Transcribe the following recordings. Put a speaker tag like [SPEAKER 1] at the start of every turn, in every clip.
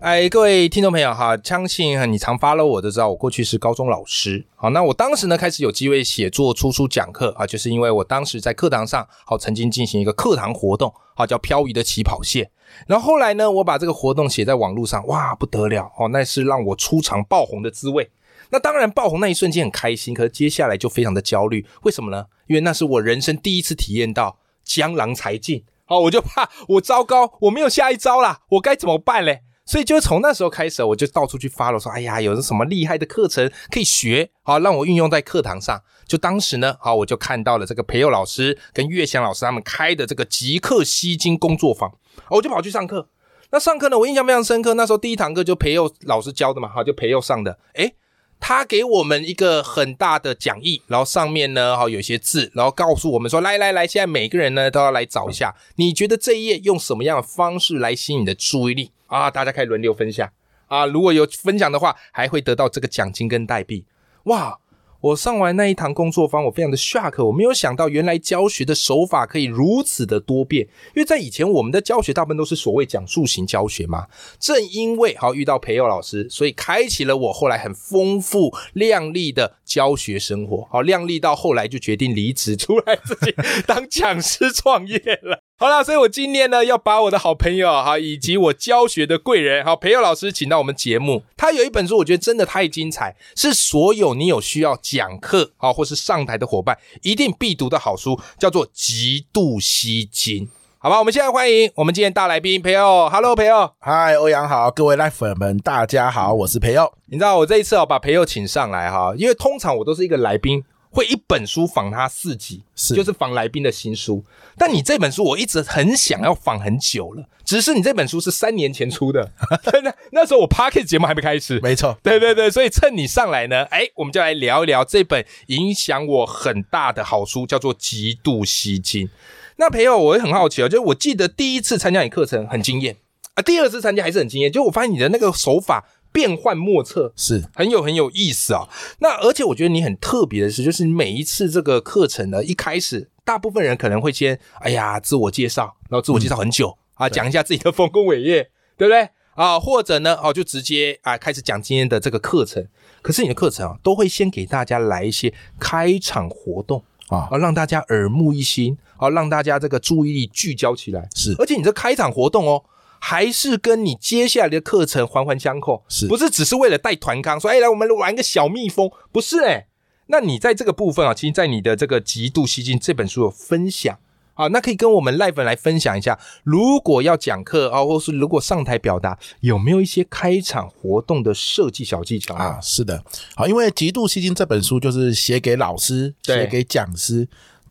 [SPEAKER 1] 哎，各位听众朋友哈，相信你常 follow 我都知道，我过去是高中老师。好，那我当时呢开始有机会写作、出书、讲课啊，就是因为我当时在课堂上好曾经进行一个课堂活动，好叫漂移的起跑线。然后后来呢，我把这个活动写在网络上，哇，不得了哦，那是让我出场爆红的滋味。那当然，爆红那一瞬间很开心，可是接下来就非常的焦虑。为什么呢？因为那是我人生第一次体验到江郎才尽。好，我就怕我糟糕，我没有下一招啦，我该怎么办嘞？所以就从那时候开始，我就到处去发了，说哎呀，有什么厉害的课程可以学，好让我运用在课堂上。就当时呢，好我就看到了这个培佑老师跟岳翔老师他们开的这个极客吸金工作坊，好我就跑去上课。那上课呢，我印象非常深刻。那时候第一堂课就培佑老师教的嘛，哈，就培佑上的。诶，他给我们一个很大的讲义，然后上面呢，哈、有一些字，然后告诉我们说，来来来，现在每个人呢都要来找一下，你觉得这一页用什么样的方式来吸引你的注意力啊？大家可以轮流分享啊，如果有分享的话，还会得到这个奖金跟代币。哇！我上完那一堂工作坊，我非常的 shock，我没有想到原来教学的手法可以如此的多变。因为在以前我们的教学大部分都是所谓讲述型教学嘛，正因为好遇到培佑老师，所以开启了我后来很丰富亮丽的教学生活。好，亮丽到后来就决定离职出来自己当讲师创业了。 好啦，所以我今天呢，要把我的好朋友哈，以及我教学的贵人哈，培佑老师请到我们节目。他有一本书，我觉得真的太精彩，是所有你有需要讲课啊，或是上台的伙伴一定必读的好书，叫做《极度吸金》。好吧，我们现在欢迎我们今天大来宾培佑，Hello，培佑。
[SPEAKER 2] 嗨，欧阳好，各位 Life 粉们，大家好，我是培佑。
[SPEAKER 1] 你知道我这一次哦，把培佑请上来哈，因为通常我都是一个来宾会一本书仿他四集，
[SPEAKER 2] 是
[SPEAKER 1] 就是仿来宾的新书。但你这本书我一直很想要仿很久了，只是你这本书是三年前出的， 那那时候我 p a r k e t 节目还没开始。
[SPEAKER 2] 没错，
[SPEAKER 1] 对对对，所以趁你上来呢，哎，我们就来聊一聊这本影响我很大的好书，叫做《极度吸金》。那朋友，我也很好奇哦，就是我记得第一次参加你课程很惊艳啊，第二次参加还是很惊艳，就我发现你的那个手法变幻莫测，
[SPEAKER 2] 是
[SPEAKER 1] 很有很有意思啊、那而且我觉得你很特别的是，就是每一次这个课程呢，一开始大部分人可能会先哎呀自我介绍，然后自我介绍很久、啊，讲一下自己的丰功伟业，对不对？啊，或者呢，哦，就直接啊开始讲今天的这个课程。可是你的课程啊，都会先给大家来一些开场活动
[SPEAKER 2] 啊
[SPEAKER 1] 啊，让大家耳目一新，啊，让大家这个注意力聚焦起来。
[SPEAKER 2] 是
[SPEAKER 1] 而且你这开场活动哦，还是跟你接下来的课程环环相扣，
[SPEAKER 2] 是
[SPEAKER 1] 不是只是为了带团康说，哎、来我们玩个小蜜蜂？不是哎、那你在这个部分啊，其实，在你的这个《极度吸金》这本书有分享啊，那可以跟我们赖粉来分享一下，如果要讲课啊，或是如果上台表达，有没有一些开场活动的设计小技巧啊？
[SPEAKER 2] 啊，是的，好，因为《极度吸金》这本书就是写给老师，
[SPEAKER 1] 对
[SPEAKER 2] 写给讲师，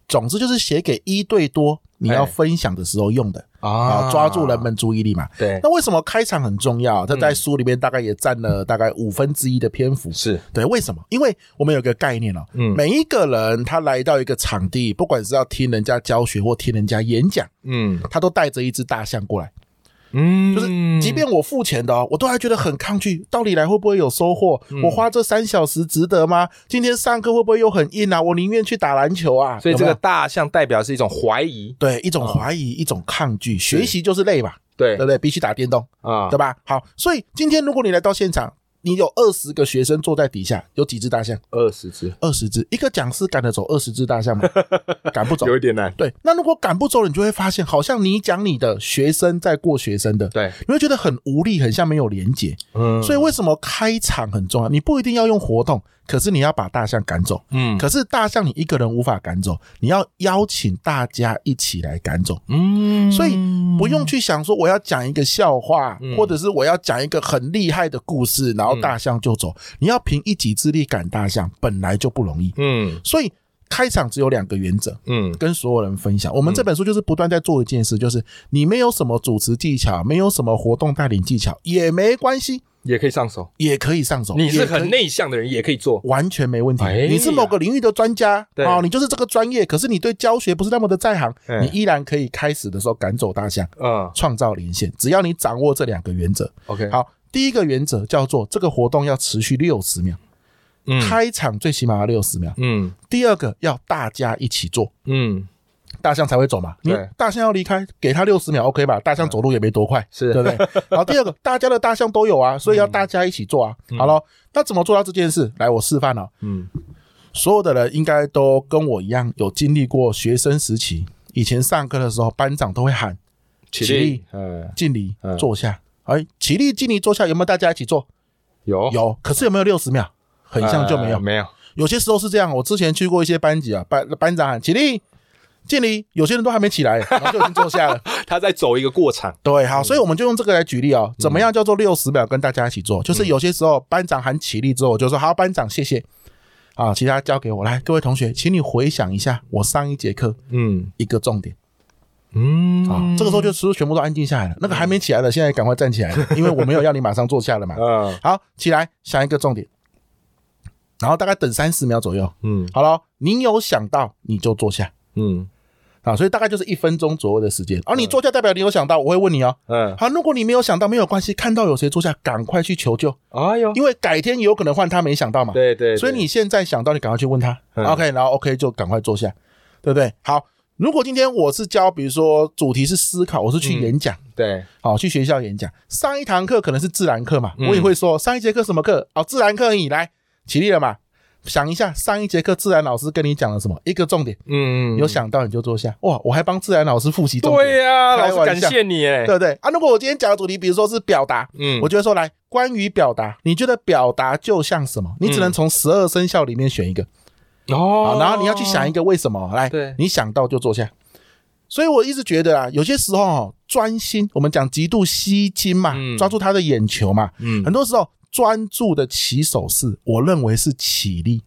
[SPEAKER 2] 总之就是写给一对多你要
[SPEAKER 1] 哎
[SPEAKER 2] 分享的时候用的
[SPEAKER 1] 啊
[SPEAKER 2] 啊，抓住人们注意力嘛。
[SPEAKER 1] 对
[SPEAKER 2] 那为什么开场很重要？这在书里面大概也占
[SPEAKER 1] 嗯
[SPEAKER 2] 了大概五分之一的篇幅。
[SPEAKER 1] 是
[SPEAKER 2] 对，为什么？因为我们有一个概念哦，
[SPEAKER 1] 嗯
[SPEAKER 2] 每一个人他来到一个场地，不管是要听人家教学或听人家演讲，
[SPEAKER 1] 嗯
[SPEAKER 2] 他都带着一只大象过来。
[SPEAKER 1] 嗯，
[SPEAKER 2] 就是即便我付钱的、哦，我都还觉得很抗拒。到底来会不会有收获？
[SPEAKER 1] 嗯
[SPEAKER 2] 我花这三小时值得吗？今天上课会不会又很硬啊？我宁愿去打篮球啊！
[SPEAKER 1] 所以这
[SPEAKER 2] 有没
[SPEAKER 1] 个
[SPEAKER 2] 有
[SPEAKER 1] 大象代表是一种怀疑，
[SPEAKER 2] 对一种怀疑，一种抗拒。学习就是累嘛，
[SPEAKER 1] 对
[SPEAKER 2] 对不对？必须打电动，
[SPEAKER 1] 啊
[SPEAKER 2] 对，吧？好，所以今天如果你来到现场，你有二十个学生坐在底下，有几只大象？
[SPEAKER 1] 二十只
[SPEAKER 2] 二十只，一个讲师赶得走二十只大 象吗？赶不走。
[SPEAKER 1] 一点难，
[SPEAKER 2] 对，那如果赶不走，你就会发现，好像你讲你的，学生在过学生的，
[SPEAKER 1] 对，
[SPEAKER 2] 你会觉得很无力，很像没有连结。
[SPEAKER 1] 嗯
[SPEAKER 2] 所以为什么开场很重要？你不一定要用活动，可是你要把大象赶走。
[SPEAKER 1] 嗯
[SPEAKER 2] 可是大象你一个人无法赶走，你要邀请大家一起来赶走。
[SPEAKER 1] 嗯
[SPEAKER 2] 所以不用去想说我要讲一个笑话，
[SPEAKER 1] 嗯
[SPEAKER 2] 或者是我要讲一个很厉害的故事，然后大象就走。
[SPEAKER 1] 嗯
[SPEAKER 2] 你要凭一己之力赶大象，本来就不容易。
[SPEAKER 1] 嗯
[SPEAKER 2] 所以开场只有两个原则，
[SPEAKER 1] 嗯
[SPEAKER 2] 跟所有人分享。我们这本书就是不断在做一件事，就是你没有什么主持技巧，没有什么活动带领技巧也没关系，
[SPEAKER 1] 也可以上手。
[SPEAKER 2] 也可以上手。
[SPEAKER 1] 你是
[SPEAKER 2] 也可以
[SPEAKER 1] 很内向的人，也可以做。
[SPEAKER 2] 完全没问题。
[SPEAKER 1] 哎呀
[SPEAKER 2] 你是某个领域的专家，
[SPEAKER 1] 对
[SPEAKER 2] 哦，你就是这个专业，可是你对教学不是那么的在行，
[SPEAKER 1] 嗯
[SPEAKER 2] 你依然可以开始的时候赶走大象，
[SPEAKER 1] 嗯
[SPEAKER 2] 创造连线。只要你掌握这两个原则，
[SPEAKER 1] ，OK，，
[SPEAKER 2] 好，第一个原则叫做这个活动要持续六十秒，
[SPEAKER 1] 嗯
[SPEAKER 2] 开场最起码要六十秒。
[SPEAKER 1] 嗯
[SPEAKER 2] 第二个要大家一起做。
[SPEAKER 1] 嗯，
[SPEAKER 2] 大象才会走嘛，你
[SPEAKER 1] 对嗯
[SPEAKER 2] 大象要离开，给它六十秒，OK 吧？大象走路也没多快，
[SPEAKER 1] 是嗯
[SPEAKER 2] 对不对？然后第二个，大家的大象都有啊，所以要大家一起做啊。好了，那怎么做到这件事？来，我示范了、哦
[SPEAKER 1] 嗯
[SPEAKER 2] 所有的人应该都跟我一样有经历过学生时期，以前上课的时候，班长都会喊
[SPEAKER 1] 起
[SPEAKER 2] 起
[SPEAKER 1] 立
[SPEAKER 2] 立，
[SPEAKER 1] 嗯，
[SPEAKER 2] 敬礼
[SPEAKER 1] 嗯
[SPEAKER 2] 坐下，哎，起立敬礼坐下，有没有大家一起做？
[SPEAKER 1] 有
[SPEAKER 2] 有，可是有没有六十秒？很像就没有
[SPEAKER 1] 呃。哦没有，
[SPEAKER 2] 有些时候是这样，我之前去过一些班级啊，班班长喊起立敬礼，有些人都还没起来， 然后就已经坐下了。
[SPEAKER 1] 他在走一个过场。
[SPEAKER 2] 对，好，所以我们就用这个来举例哦，怎么样叫做六十秒跟大家一起做？就是有些时候班长喊起立之后，我就说好，班长谢谢，啊，其他交给我来，各位同学，请你回想一下我上一节课
[SPEAKER 1] 嗯
[SPEAKER 2] 一个重点
[SPEAKER 1] 嗯，
[SPEAKER 2] 啊，这个时候就其实全部都安静下来了，那个还没起来的，现在赶快站 起来，因为我没有要你马上坐下了嘛。
[SPEAKER 1] 嗯
[SPEAKER 2] 好，起来想一个重点，然后大概等三十秒左右，
[SPEAKER 1] 嗯
[SPEAKER 2] 好了，你有想到你就坐下
[SPEAKER 1] 嗯
[SPEAKER 2] 啊，所以大概就是一分钟左右的时间，而你坐下代表你有想到，我会问你哦。
[SPEAKER 1] 嗯，
[SPEAKER 2] 好，如果你没有想到，没有关系，看到有谁坐下，赶快去求救，
[SPEAKER 1] 哎呦，
[SPEAKER 2] 因为改天也有可能换他没想到嘛。，
[SPEAKER 1] 对对，
[SPEAKER 2] 所以你现在想到，你赶快去问他。
[SPEAKER 1] 嗯
[SPEAKER 2] OK，然后 OK 就赶快坐下，对不对？好，如果今天我是教，比如说主题是思考，我是
[SPEAKER 1] 嗯
[SPEAKER 2] 去演讲，
[SPEAKER 1] 对
[SPEAKER 2] 好、去学校演讲，上一堂课可能是自然课嘛，
[SPEAKER 1] 嗯
[SPEAKER 2] 我也会说上一节课什么课？哦，自然课而已，来起立了嘛。想一下上一节课自然老师跟你讲了什么？一个重点，
[SPEAKER 1] 嗯
[SPEAKER 2] 有想到你就坐下。哇，我还帮自然老师复习重点，
[SPEAKER 1] 对呀，老
[SPEAKER 2] 开
[SPEAKER 1] 师
[SPEAKER 2] 玩
[SPEAKER 1] 感
[SPEAKER 2] 笑
[SPEAKER 1] 谢你哎
[SPEAKER 2] 对，不对？啊，如果我今天讲的主题，比如说是表达，
[SPEAKER 1] 嗯
[SPEAKER 2] 我就会说，来，关于表达，你觉得表达就像什么？你只能
[SPEAKER 1] 嗯
[SPEAKER 2] 从十二生肖里面选一个，
[SPEAKER 1] 哦
[SPEAKER 2] 好，然后你要去想一
[SPEAKER 1] 个，
[SPEAKER 2] 个为什么。来
[SPEAKER 1] 对，
[SPEAKER 2] 你想到就坐下。所以我一直觉得啊，有些时候哦，专心，我们讲极度吸睛嘛
[SPEAKER 1] 嗯，
[SPEAKER 2] 抓住他的眼球嘛，
[SPEAKER 1] 嗯
[SPEAKER 2] 很多时候。专注的起手式，我认为是起立，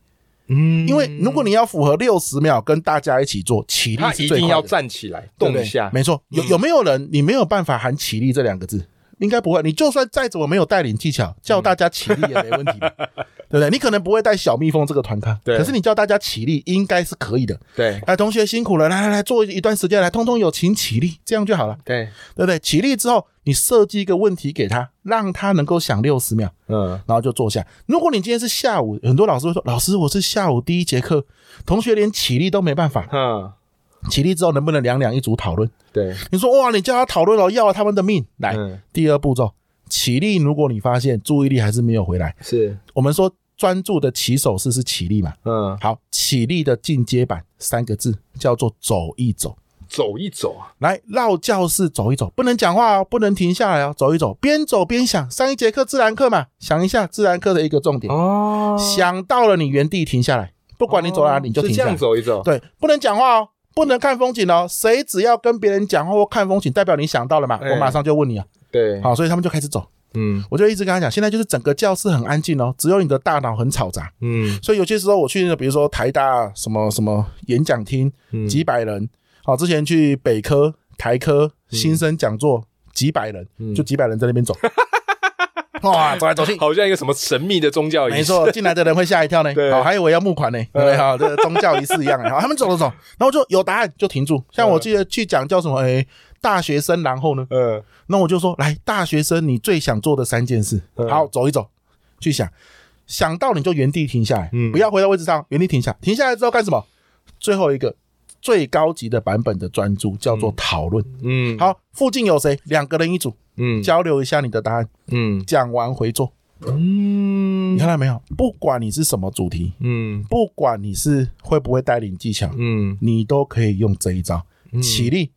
[SPEAKER 1] 嗯
[SPEAKER 2] 因为如果你要符合六十秒跟大家一起做起立
[SPEAKER 1] 他
[SPEAKER 2] 是
[SPEAKER 1] 一
[SPEAKER 2] 最
[SPEAKER 1] 定
[SPEAKER 2] 快
[SPEAKER 1] 要
[SPEAKER 2] 的，
[SPEAKER 1] 站起来
[SPEAKER 2] 对
[SPEAKER 1] 动
[SPEAKER 2] 不对
[SPEAKER 1] 一下，嗯
[SPEAKER 2] 没错，有有没有人你没有办法喊起立这两个字？应该不会，你就算再怎么没有带领技巧，叫大家起立也没问题 的，对不对？你可能不会带小蜜蜂这个团康，
[SPEAKER 1] 对
[SPEAKER 2] 可是你叫大家起立应该是可以的。
[SPEAKER 1] 对
[SPEAKER 2] 来，同学辛苦了，来来来，做一段时间来，通通有请起立，这样就好了，
[SPEAKER 1] 对，
[SPEAKER 2] 对不对？起立之后，你设计一个问题给他，让他能够想六十秒，
[SPEAKER 1] 嗯
[SPEAKER 2] 然后就坐下。如果你今天是下午，很多老师会说，老师我是下午第一节课，同学连起立都没办法，
[SPEAKER 1] 嗯，
[SPEAKER 2] 起立之后能不能两两一组讨论？
[SPEAKER 1] 对，
[SPEAKER 2] 你说哇，你叫他讨论了，要了他们的命。来，
[SPEAKER 1] 嗯
[SPEAKER 2] 第二步骤，起立。如果你发现注意力还是没有回来，
[SPEAKER 1] 是，
[SPEAKER 2] 我们说专注的起手式是起立嘛？
[SPEAKER 1] 嗯，
[SPEAKER 2] 好，起立的进阶版三个字叫做走一走。
[SPEAKER 1] 走一走啊，
[SPEAKER 2] 来绕教室走一走，不能讲话哦，不能停下来哦，走一走，边走边想。上一节课自然课嘛，想一下自然课的一个重点，
[SPEAKER 1] 哦
[SPEAKER 2] 想到了你原地停下来，不
[SPEAKER 1] 不
[SPEAKER 2] 管你走哪里你就
[SPEAKER 1] 哦
[SPEAKER 2] 停
[SPEAKER 1] 这
[SPEAKER 2] 下来
[SPEAKER 1] 样。走一走，
[SPEAKER 2] 对，不能讲话哦，不能看风景哦。谁只要跟别人讲话或看风景，代表你想到了嘛？
[SPEAKER 1] 哎
[SPEAKER 2] 我马上就问你啊。
[SPEAKER 1] 对，
[SPEAKER 2] 好，所以他们就开始走。
[SPEAKER 1] 嗯
[SPEAKER 2] 我就一直跟他讲，现在就是整个教室很安静哦，只有你的大脑很吵杂。
[SPEAKER 1] 嗯
[SPEAKER 2] 所以有些时候我去那个，比如说台大啊什么什么演讲厅，
[SPEAKER 1] 嗯
[SPEAKER 2] 几百人。好，之前去北科、台科
[SPEAKER 1] 嗯
[SPEAKER 2] 新生讲座，几百人，就几百人在那 边走。哇，走来走去，
[SPEAKER 1] 好像一个什么神秘的宗教仪式，
[SPEAKER 2] 没错，进来的人会吓一跳呢
[SPEAKER 1] 对，嗯
[SPEAKER 2] 好，还以为要募款呢，对不对？好，这个宗教仪式一样欸。好，他们走了走，然后就有答案就停住。像我记得去讲叫什么，诶，大学生，然后呢，
[SPEAKER 1] 嗯
[SPEAKER 2] 那我就说，来，大学生你最想做的三件事，
[SPEAKER 1] 嗯
[SPEAKER 2] 好，走一走，去想，想到你就原地停下来
[SPEAKER 1] 嗯，
[SPEAKER 2] 不要回到位置上，原地停下，停下来之后干什么？最后一个最高级的版本的专注叫做讨论。
[SPEAKER 1] 嗯，
[SPEAKER 2] 好，附近有谁？两个人一组，
[SPEAKER 1] 嗯
[SPEAKER 2] 交流一下你的答案，
[SPEAKER 1] 嗯
[SPEAKER 2] 讲完回座。你
[SPEAKER 1] 嗯
[SPEAKER 2] 看到没有？不管你是什么主题，
[SPEAKER 1] 嗯
[SPEAKER 2] 不管你是会不会带领技巧，
[SPEAKER 1] 嗯
[SPEAKER 2] 你都可以用这一招：起立、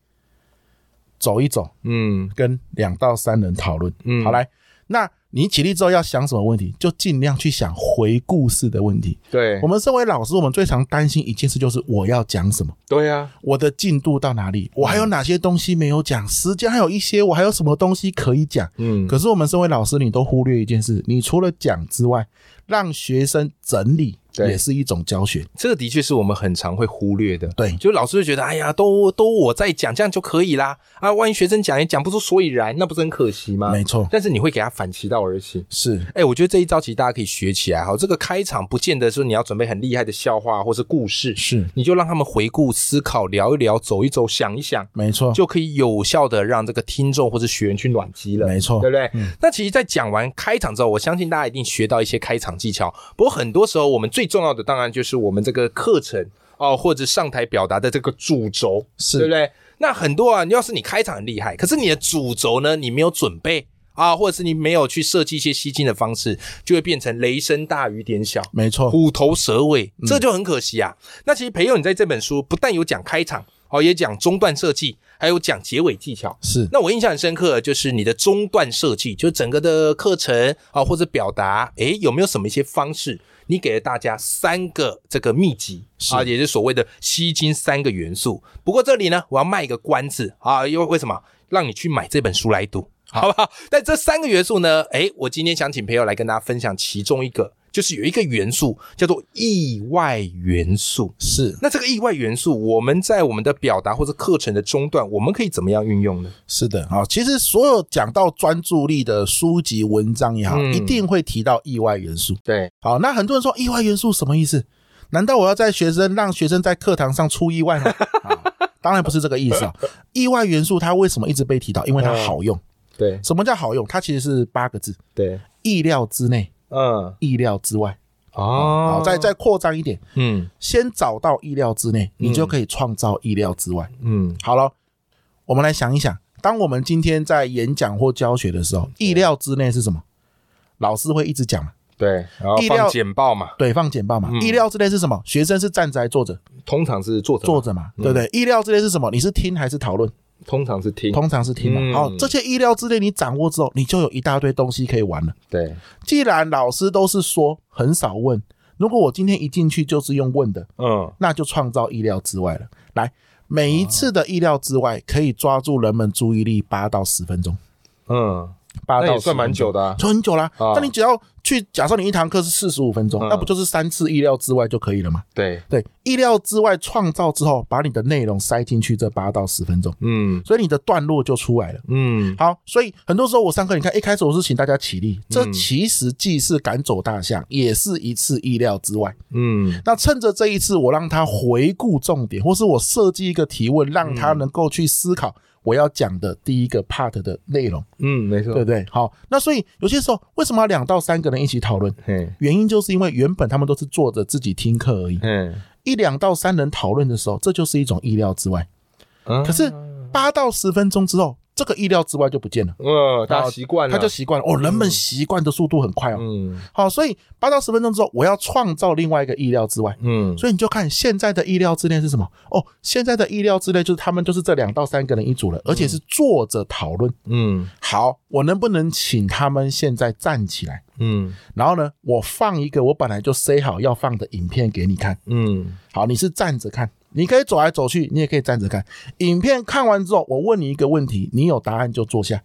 [SPEAKER 2] 走一走，
[SPEAKER 1] 嗯
[SPEAKER 2] 跟两到三人讨论。
[SPEAKER 1] 嗯
[SPEAKER 2] 好来，那你起立之后要想什么问题，就尽量去想回顾式的问题。
[SPEAKER 1] 对
[SPEAKER 2] 我，们身为老师，我们最常担心一件事就是我要讲什么，
[SPEAKER 1] 对啊呀，
[SPEAKER 2] 我的进度到哪
[SPEAKER 1] 嗯
[SPEAKER 2] 里，我还有哪些东西没有讲，时间还有一些，我还有什么东西可以讲。
[SPEAKER 1] 嗯
[SPEAKER 2] 可是我们身为老师，你都忽略一件事，你除了讲之外，让学生整理
[SPEAKER 1] 对
[SPEAKER 2] 也是一种教学。
[SPEAKER 1] 这个的确是我们很常会忽略的。
[SPEAKER 2] 对
[SPEAKER 1] 就老师就觉得，哎呀，都都我在讲，这样就可以啦。啊，万一学生讲也讲不出所以然，那不是很可惜吗？
[SPEAKER 2] 没错，
[SPEAKER 1] 但是你会给他反其道而行。
[SPEAKER 2] 是
[SPEAKER 1] 哎、我觉得这一招其实大家可以学起来哈。这个开场不见得说你要准备很厉害的笑话或是故事，
[SPEAKER 2] 是
[SPEAKER 1] 你就让他们回顾、思考、聊一聊、走一走、想一想，
[SPEAKER 2] 没错，
[SPEAKER 1] 就可以有效的让这个听众或是学员去暖机了。
[SPEAKER 2] 没错嗯
[SPEAKER 1] 对不对？那其实，在讲完开场之后，我相信大家一定学到一些开场技巧。不过，很多时候我们最重要的，当然就是我们这个课程哦，或者上台表达的这个主轴，
[SPEAKER 2] 是
[SPEAKER 1] 对不对？那很多啊，要是你开场很厉害，可是你的主轴呢，你没有准备啊，或者是你没有去设计一些吸睛的方式，就会变成雷声大雨点小。
[SPEAKER 2] 没错，
[SPEAKER 1] 虎头蛇尾，这就很可惜啊。那其实培佑你在这本书不但有讲开场，哦，也讲中段设计，还有讲结尾技巧。
[SPEAKER 2] 是
[SPEAKER 1] 那我印象很深刻的就是你的中段设计，就是整个的课程啊、或者表达，诶，有没有什么一些方式？你给了大家三个这个秘籍啊，也就是所谓的吸睛三个元素。不过这里呢，我要卖一个关子啊，因为为什么让你去买这本书来读，好不好？但这三个元素呢，诶，我今天想请朋友来跟大家分享其中一个，就是有一个元素叫做意外元素。
[SPEAKER 2] 是
[SPEAKER 1] 那这个意外元素，我们在我们的表达或者课程的中段，我们可以怎么样运用呢？
[SPEAKER 2] 是的，好，其实所有讲到专注力的书籍、文章也好，
[SPEAKER 1] 嗯
[SPEAKER 2] 一定会提到意外元素。
[SPEAKER 1] 对，
[SPEAKER 2] 好，那很多人说意外元素什么意思？难道我要在学生让学生在课堂上出意外吗？啊，当然不是这个意思啊、意外元素它为什么一直被提到？因为它好用。
[SPEAKER 1] 对
[SPEAKER 2] 什么叫好用？它其实是八个字：
[SPEAKER 1] 对，
[SPEAKER 2] 意料之内，
[SPEAKER 1] 嗯，
[SPEAKER 2] 意料之外。
[SPEAKER 1] 哦
[SPEAKER 2] 好，再再扩张一点，
[SPEAKER 1] 嗯
[SPEAKER 2] 先找到意料之内，你就可以创造意料之外。
[SPEAKER 1] 嗯，
[SPEAKER 2] 好了，我们来想一想，当我们今天在演讲或教学的时候，意料之内是什么？老师会一直讲嘛，
[SPEAKER 1] 对，然后
[SPEAKER 2] 意
[SPEAKER 1] 放
[SPEAKER 2] 料
[SPEAKER 1] 简报嘛，
[SPEAKER 2] 对，放简报嘛。意料之内是什么？学生是站着还是坐着？
[SPEAKER 1] 通常是坐着嘛，
[SPEAKER 2] 坐着嘛，对不对？意料之内是什么？你是听还是讨论？
[SPEAKER 1] 通常是听，
[SPEAKER 2] 通常是听
[SPEAKER 1] 嗯
[SPEAKER 2] 嘛。哦好，这些意料之内你掌握之后，你就有一大堆东西可以玩了。
[SPEAKER 1] 对，
[SPEAKER 2] 既然老师都是说很少问，如果我今天一进去就是用问的，
[SPEAKER 1] 嗯，
[SPEAKER 2] 那就创造意料之外了。来，每一次的意料之外，可以抓住人们注意力八到十分钟，
[SPEAKER 1] 嗯，
[SPEAKER 2] 八
[SPEAKER 1] 那
[SPEAKER 2] 到
[SPEAKER 1] 也算蛮久
[SPEAKER 2] 的，
[SPEAKER 1] 的啊，
[SPEAKER 2] 就很久啦。
[SPEAKER 1] 啊
[SPEAKER 2] 那你只要去，假设你一堂课是四十五分钟
[SPEAKER 1] 嗯，
[SPEAKER 2] 那不就是三次意料之外就可以了嘛？
[SPEAKER 1] 对，
[SPEAKER 2] 对，意料之外创造之后，把你的内容塞进去这八到十分钟，
[SPEAKER 1] 嗯
[SPEAKER 2] 所以你的段落就出来了。
[SPEAKER 1] 嗯，
[SPEAKER 2] 好，所以很多时候我上课，你看一开始我是请大家起立，这其实既是赶走大象，也是一次意料之外。
[SPEAKER 1] 嗯
[SPEAKER 2] 那趁着这一次，我让他回顾重点，或是我设计一个提问，让他能够去思考我要讲的第一个 part 的内容，
[SPEAKER 1] 嗯，没错
[SPEAKER 2] 对，不对？好，那所以有些时候为什么要两到三个人一起讨论？
[SPEAKER 1] 嘿，
[SPEAKER 2] 原因就是因为原本他们都是坐着自己听课而已，
[SPEAKER 1] 嗯，
[SPEAKER 2] 一两到三人讨论的时候，这就是一种意料之外。
[SPEAKER 1] 啊
[SPEAKER 2] 可是八到十分钟之后，这个意料之外就不见了，
[SPEAKER 1] 嗯，大家习惯了，
[SPEAKER 2] 他就习惯了。哦，人们习惯的速度很快哦。
[SPEAKER 1] 嗯
[SPEAKER 2] 好，所以八到十分钟之后，我要创造另外一个意料之外。
[SPEAKER 1] 嗯，
[SPEAKER 2] 所以你就看现在的意料之内是什么哦，现在的意料之内就是他们就是这两到三个人一组了，而且是坐着讨论。
[SPEAKER 1] 嗯
[SPEAKER 2] 好，我能不能请他们现在站起来？
[SPEAKER 1] 嗯
[SPEAKER 2] 然后呢，我放一个我本来就塞好要放的影片给你看。
[SPEAKER 1] 嗯
[SPEAKER 2] 好，你是站着看，你可以走来走去，你也可以站着看。影片看完之后，我问你一个问题，你有答案就坐下，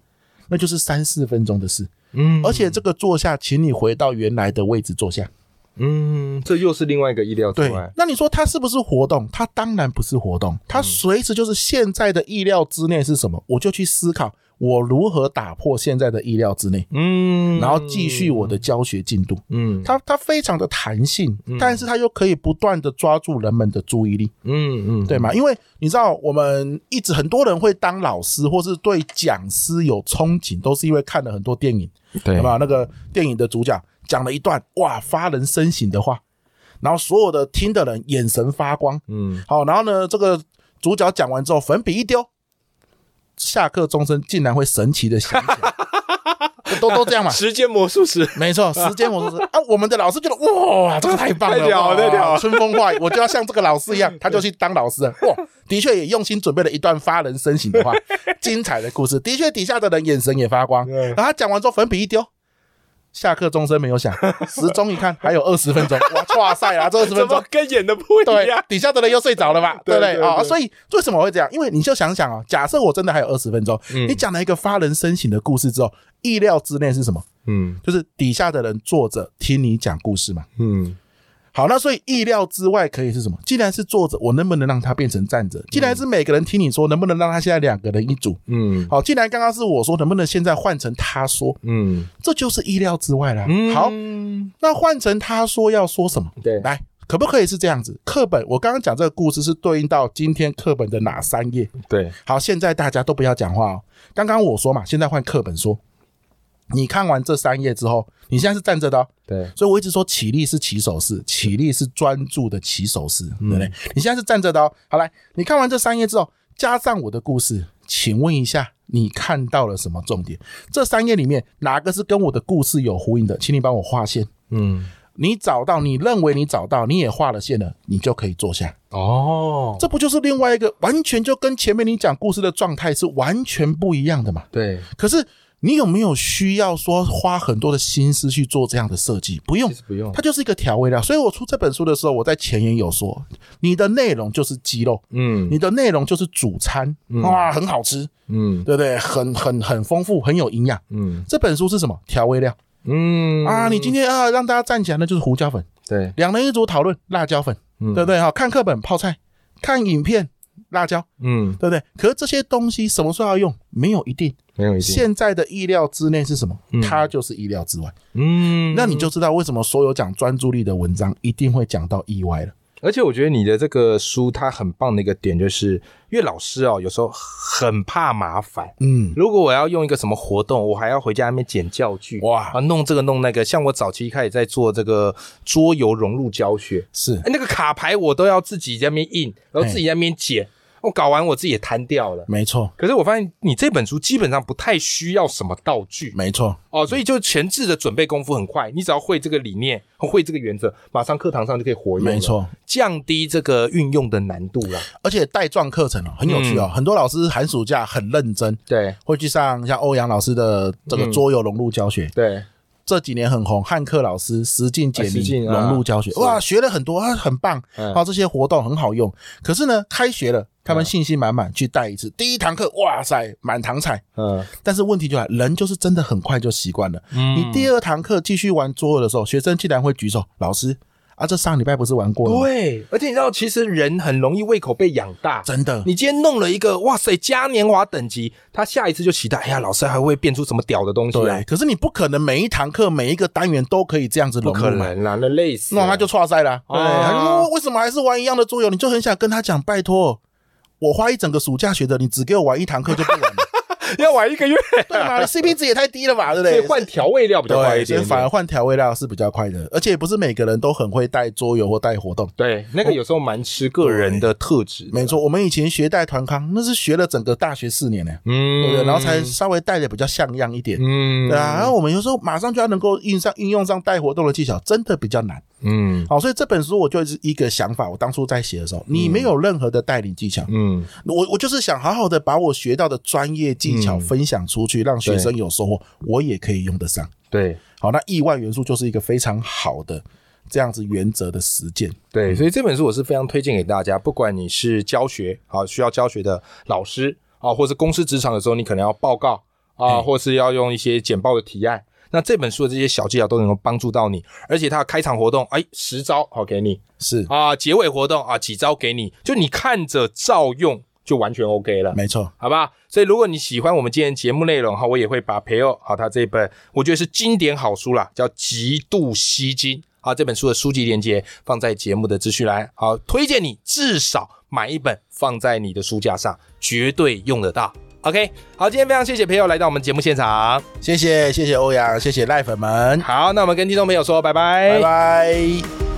[SPEAKER 2] 那就是三四分钟的事。
[SPEAKER 1] 嗯，
[SPEAKER 2] 而且这个坐下，请你回到原来的位置坐下。
[SPEAKER 1] 嗯，这又是另外一个意料之
[SPEAKER 2] 对
[SPEAKER 1] 外，，
[SPEAKER 2] 那你说它是不是活动？它当然不是活动，它随时就是现在的意料之内是什么，我就去思考我如何打破现在的意料之内，
[SPEAKER 1] 嗯，
[SPEAKER 2] 然后继续我的教学进度。
[SPEAKER 1] 嗯，嗯
[SPEAKER 2] 它它非常的弹性，但是它又可以不断的抓住人们的注意力，
[SPEAKER 1] 嗯嗯，
[SPEAKER 2] 对吗？因为你知道，我们一直很多人会当老师，或是对讲师有憧憬，都是因为看了很多电影，
[SPEAKER 1] 对
[SPEAKER 2] 对吧？那个电影的主角讲了一段哇发人深省的话，然后所有的听的人眼神发光。
[SPEAKER 1] 嗯
[SPEAKER 2] 好，然后呢，这个主角讲完之后，粉笔一丢，下课钟声竟然会神奇的响起来， 都都这样嘛。
[SPEAKER 1] 时间魔术师，
[SPEAKER 2] 没错，时间我说是啊，我们的老师觉得哇，这个太棒了，
[SPEAKER 1] 太屌了
[SPEAKER 2] 哇
[SPEAKER 1] 太屌了
[SPEAKER 2] 春风化雨，我就要像这个老师一样，他就去当老师了。 哇，的确也用心准备了一段发人深省的话，精彩的故事，的确底下的人眼神也发光。
[SPEAKER 1] 对
[SPEAKER 2] 然后他讲完之后，粉笔一丢。下课钟声没有响，时钟一看还有二十 分钟，哇，哇塞啊，这二十分
[SPEAKER 1] 怎
[SPEAKER 2] 钟
[SPEAKER 1] 么跟演的不一
[SPEAKER 2] 对
[SPEAKER 1] 样？，
[SPEAKER 2] 底下的人又睡着了嘛，
[SPEAKER 1] 对
[SPEAKER 2] 对不
[SPEAKER 1] 对
[SPEAKER 2] 对啊？
[SPEAKER 1] 对
[SPEAKER 2] 所以为啊
[SPEAKER 1] 嗯
[SPEAKER 2] 什么会这样？因为你就想想哦，假设我真的还有二十分钟，你讲了一个发人深省的故事之后，意料之内是什么？
[SPEAKER 1] 嗯
[SPEAKER 2] 就是底下的人坐着听你讲故事嘛。
[SPEAKER 1] 嗯
[SPEAKER 2] 好，那所以意料之外可以是什么？既然是坐着，我能不能让他变成站着？既然是每个人听你说，能不能让他现在两个人一组？
[SPEAKER 1] 嗯
[SPEAKER 2] 好，既然刚刚是我说，能不能现在换成他说？
[SPEAKER 1] 嗯，
[SPEAKER 2] 这就是意料之外啦。
[SPEAKER 1] 嗯
[SPEAKER 2] 好，那换成他说要说什么？
[SPEAKER 1] 对
[SPEAKER 2] 来，可不可以是这样子？课本，我刚刚讲这个故事是对应到今天课本的哪三页？
[SPEAKER 1] 对，
[SPEAKER 2] 好，现在大家都不要讲话哦。刚刚我说嘛，现在换课本说。你看完这三页之后，你现在是站着的、哦，
[SPEAKER 1] 对，
[SPEAKER 2] 所以我一直说起立是起手式，起立是专注的起手式，对
[SPEAKER 1] 嗯
[SPEAKER 2] 不对？你现在是站着的哦。好来，你看完这三页之后，加上我的故事，请问一下，你看到了什么重点？这三页里面哪个是跟我的故事有呼应的？请你帮我画线。
[SPEAKER 1] 嗯，
[SPEAKER 2] 你找到，你认为你找到，你也画了线了，你就可以坐下。
[SPEAKER 1] 哦，
[SPEAKER 2] 这不就是另外一个完全就跟前面你讲故事的状态是完全不一样的嘛？
[SPEAKER 1] 对，
[SPEAKER 2] 可是你有没有需要说花很多的心思去做这样的设计？不用
[SPEAKER 1] 其，实不用，
[SPEAKER 2] 它就是一个调味料。所以我出这本书的时候，我在前言有说，你的内容就是鸡肉，
[SPEAKER 1] 嗯
[SPEAKER 2] 你的内容就是主餐，哇，很好吃，
[SPEAKER 1] 嗯
[SPEAKER 2] 对不对？很很很丰富，很有营养。
[SPEAKER 1] 嗯
[SPEAKER 2] 这本书是什么调味料
[SPEAKER 1] 嗯
[SPEAKER 2] 啊？你今天啊让大家站起来，那就是胡椒粉。
[SPEAKER 1] 对，
[SPEAKER 2] 两人一组讨论辣椒粉，
[SPEAKER 1] 嗯
[SPEAKER 2] 对不对？哈，看课本泡菜，看影片辣椒，
[SPEAKER 1] 嗯，
[SPEAKER 2] 对不对？可是这些东西什么时候要用，没有一定。
[SPEAKER 1] 没有一定，
[SPEAKER 2] 现在的意料之内是什么？它就是意料之外。
[SPEAKER 1] 嗯，
[SPEAKER 2] 那你就知道为什么所有讲专注力的文章一定会讲到意外了。
[SPEAKER 1] 而且我觉得你的这个书它很棒的一个点，就是因为老师哦，有时候很怕麻烦。
[SPEAKER 2] 嗯，
[SPEAKER 1] 如果我要用一个什么活动，我还要回家那边捡教具，
[SPEAKER 2] 哇
[SPEAKER 1] 啊，弄这个弄那个。像我早期开始在做这个桌游融入教学，
[SPEAKER 2] 是
[SPEAKER 1] 哎那个卡牌我都要自己在那边印，然后自己在那边剪，我搞完我自己也摊掉了。
[SPEAKER 2] 没错，
[SPEAKER 1] 可是我发现你这本书基本上不太需要什么道具
[SPEAKER 2] 没错，
[SPEAKER 1] 哦，所以就前置的准备功夫很快，你只要会这个理念，会这个原则，马上课堂上就可以活用了
[SPEAKER 2] 没错。
[SPEAKER 1] 降低这个运用的难度啦。
[SPEAKER 2] 而且带状课程哦，很有趣哦。
[SPEAKER 1] 嗯
[SPEAKER 2] 很多老师寒暑假很认真，
[SPEAKER 1] 对
[SPEAKER 2] 会去上像欧阳老师的这
[SPEAKER 1] 嗯
[SPEAKER 2] 个桌游融入教学。
[SPEAKER 1] 对，
[SPEAKER 2] 这几年很红，汉克老师实境解
[SPEAKER 1] 啊实
[SPEAKER 2] 谜、
[SPEAKER 1] 境啊
[SPEAKER 2] 融入教学，
[SPEAKER 1] 是
[SPEAKER 2] 哇，学了很多，啊，很棒。
[SPEAKER 1] 嗯
[SPEAKER 2] 啊，这些活动很好用。可是呢，开学了，他们信心满满去带一次，第一堂课，哇塞，满堂彩。
[SPEAKER 1] 嗯
[SPEAKER 2] 但是问题就来，人就是真的很快就习惯了。
[SPEAKER 1] 嗯
[SPEAKER 2] 你第二堂课继续玩桌游的时候，学生竟然会举手，老师啊，这上礼拜不是玩过了吗？
[SPEAKER 1] 对，而且你知道，其实人很容易胃口被养大。
[SPEAKER 2] 真的，
[SPEAKER 1] 你今天弄了一个，哇塞，嘉年华等级，他下一次就期待，哎呀，老师还会变出什么屌的东西
[SPEAKER 2] 对。
[SPEAKER 1] 来？
[SPEAKER 2] 可是你不可能每一堂课每一个单元都可以这样子
[SPEAKER 1] 不
[SPEAKER 2] 融
[SPEAKER 1] 可
[SPEAKER 2] 入嘛。
[SPEAKER 1] 能啊啦，那累死了。
[SPEAKER 2] 那他就错赛了。啊对，啊
[SPEAKER 1] 哦
[SPEAKER 2] 他就说为什么还是玩一样的桌游？你就很想跟他讲，拜托，我花一整个暑假学的，你只给我玩一堂课就不玩 了，
[SPEAKER 1] 要玩一个月，
[SPEAKER 2] 对嘛你？CP 值也太低了吧，对不
[SPEAKER 1] 所以
[SPEAKER 2] 对？
[SPEAKER 1] 换调味料比较快一
[SPEAKER 2] 对，所以
[SPEAKER 1] 点点。
[SPEAKER 2] 反而换调味料是比较快的，而且也不是每个人都很会带桌游或带活动。
[SPEAKER 1] 对那个有时候蛮吃个人的特质的。
[SPEAKER 2] 没错，我们以前学带团康，那是学了整个大学四年呢、
[SPEAKER 1] 嗯，
[SPEAKER 2] 对不对？然后才稍微带的比较像样一点，
[SPEAKER 1] 嗯，
[SPEAKER 2] 对啊。然后我们有时候马上就要能够应上应用上带活动的技巧，真的比较难。
[SPEAKER 1] 嗯
[SPEAKER 2] 好，所以这本书我就是一个想法，我当初在写的时候，你没有任何的带领技巧，
[SPEAKER 1] 嗯，
[SPEAKER 2] 我我就是想好好的把我学到的专业技
[SPEAKER 1] 嗯
[SPEAKER 2] 巧分享出去，让学生有收获，我也可以用得上。
[SPEAKER 1] 对。
[SPEAKER 2] 好，那意外元素就是一个非常好的这样子原则的实践。
[SPEAKER 1] 对，所以这本书我是非常推荐给大家，不管你是教学啊，需要教学的老师啊，或是公司职场的时候，你可能要报告啊，或是要用一些简报的提案。那这本书的这些小技巧都能够帮助到你，而且它的开场活动，哎，十招好给你
[SPEAKER 2] 是，
[SPEAKER 1] 啊，结尾活动啊几招给你，就你看着照用就完全 OK 了。
[SPEAKER 2] 没错，
[SPEAKER 1] 好吧，所以如果你喜欢我们今天节目内容哈，我也会把培奥好他这一本我觉得是经典好书啦，叫《极度吸金》啊这本书的书籍链接放在节目的资讯栏，好推荐你至少买一本放在你的书架上，绝对用得到。OK，好，今天非常谢谢培友来到我们节目现场。
[SPEAKER 2] 谢谢谢谢欧阳，谢谢赖粉们，
[SPEAKER 1] 哎好，那我们跟听众朋友说拜拜
[SPEAKER 2] 拜拜